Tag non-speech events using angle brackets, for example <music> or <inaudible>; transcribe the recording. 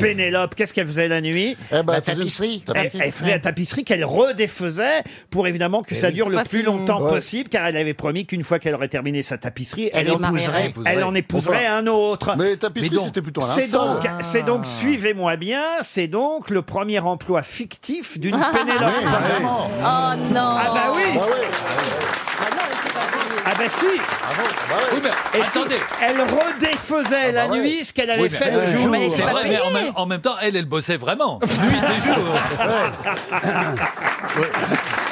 Pénélope, qu'est-ce qu'elle faisait la nuit Eh ben, La tu sais- tapisserie. Elle, elle faisait la tapisserie qu'elle redéfaisait pour évidemment que Eh ça oui. dure le Pas plus fini. longtemps Ouais. possible, car elle avait promis qu'une fois qu'elle aurait terminé sa tapisserie, Elle épouserait, épouserait. elle en épouserait Enfin, un autre. mais tapisserie, Mais donc, c'était plutôt à C'est l'instant. donc, Ah. c'est donc, suivez-moi bien, c'est donc le premier emploi fictif d'une Ah. Pénélope. Oui, bah vraiment. Oh non. Ah bah oui. Bah oui. Ah bah si Oui, mais Et si, attendez. Ah bah elle redéfaisait la ouais. nuit ce qu'elle avait Oui, mais- fait le jour. C'est vrai, mais en <laughs> même, en même temps, elle, elle bossait vraiment. Nuit et jour.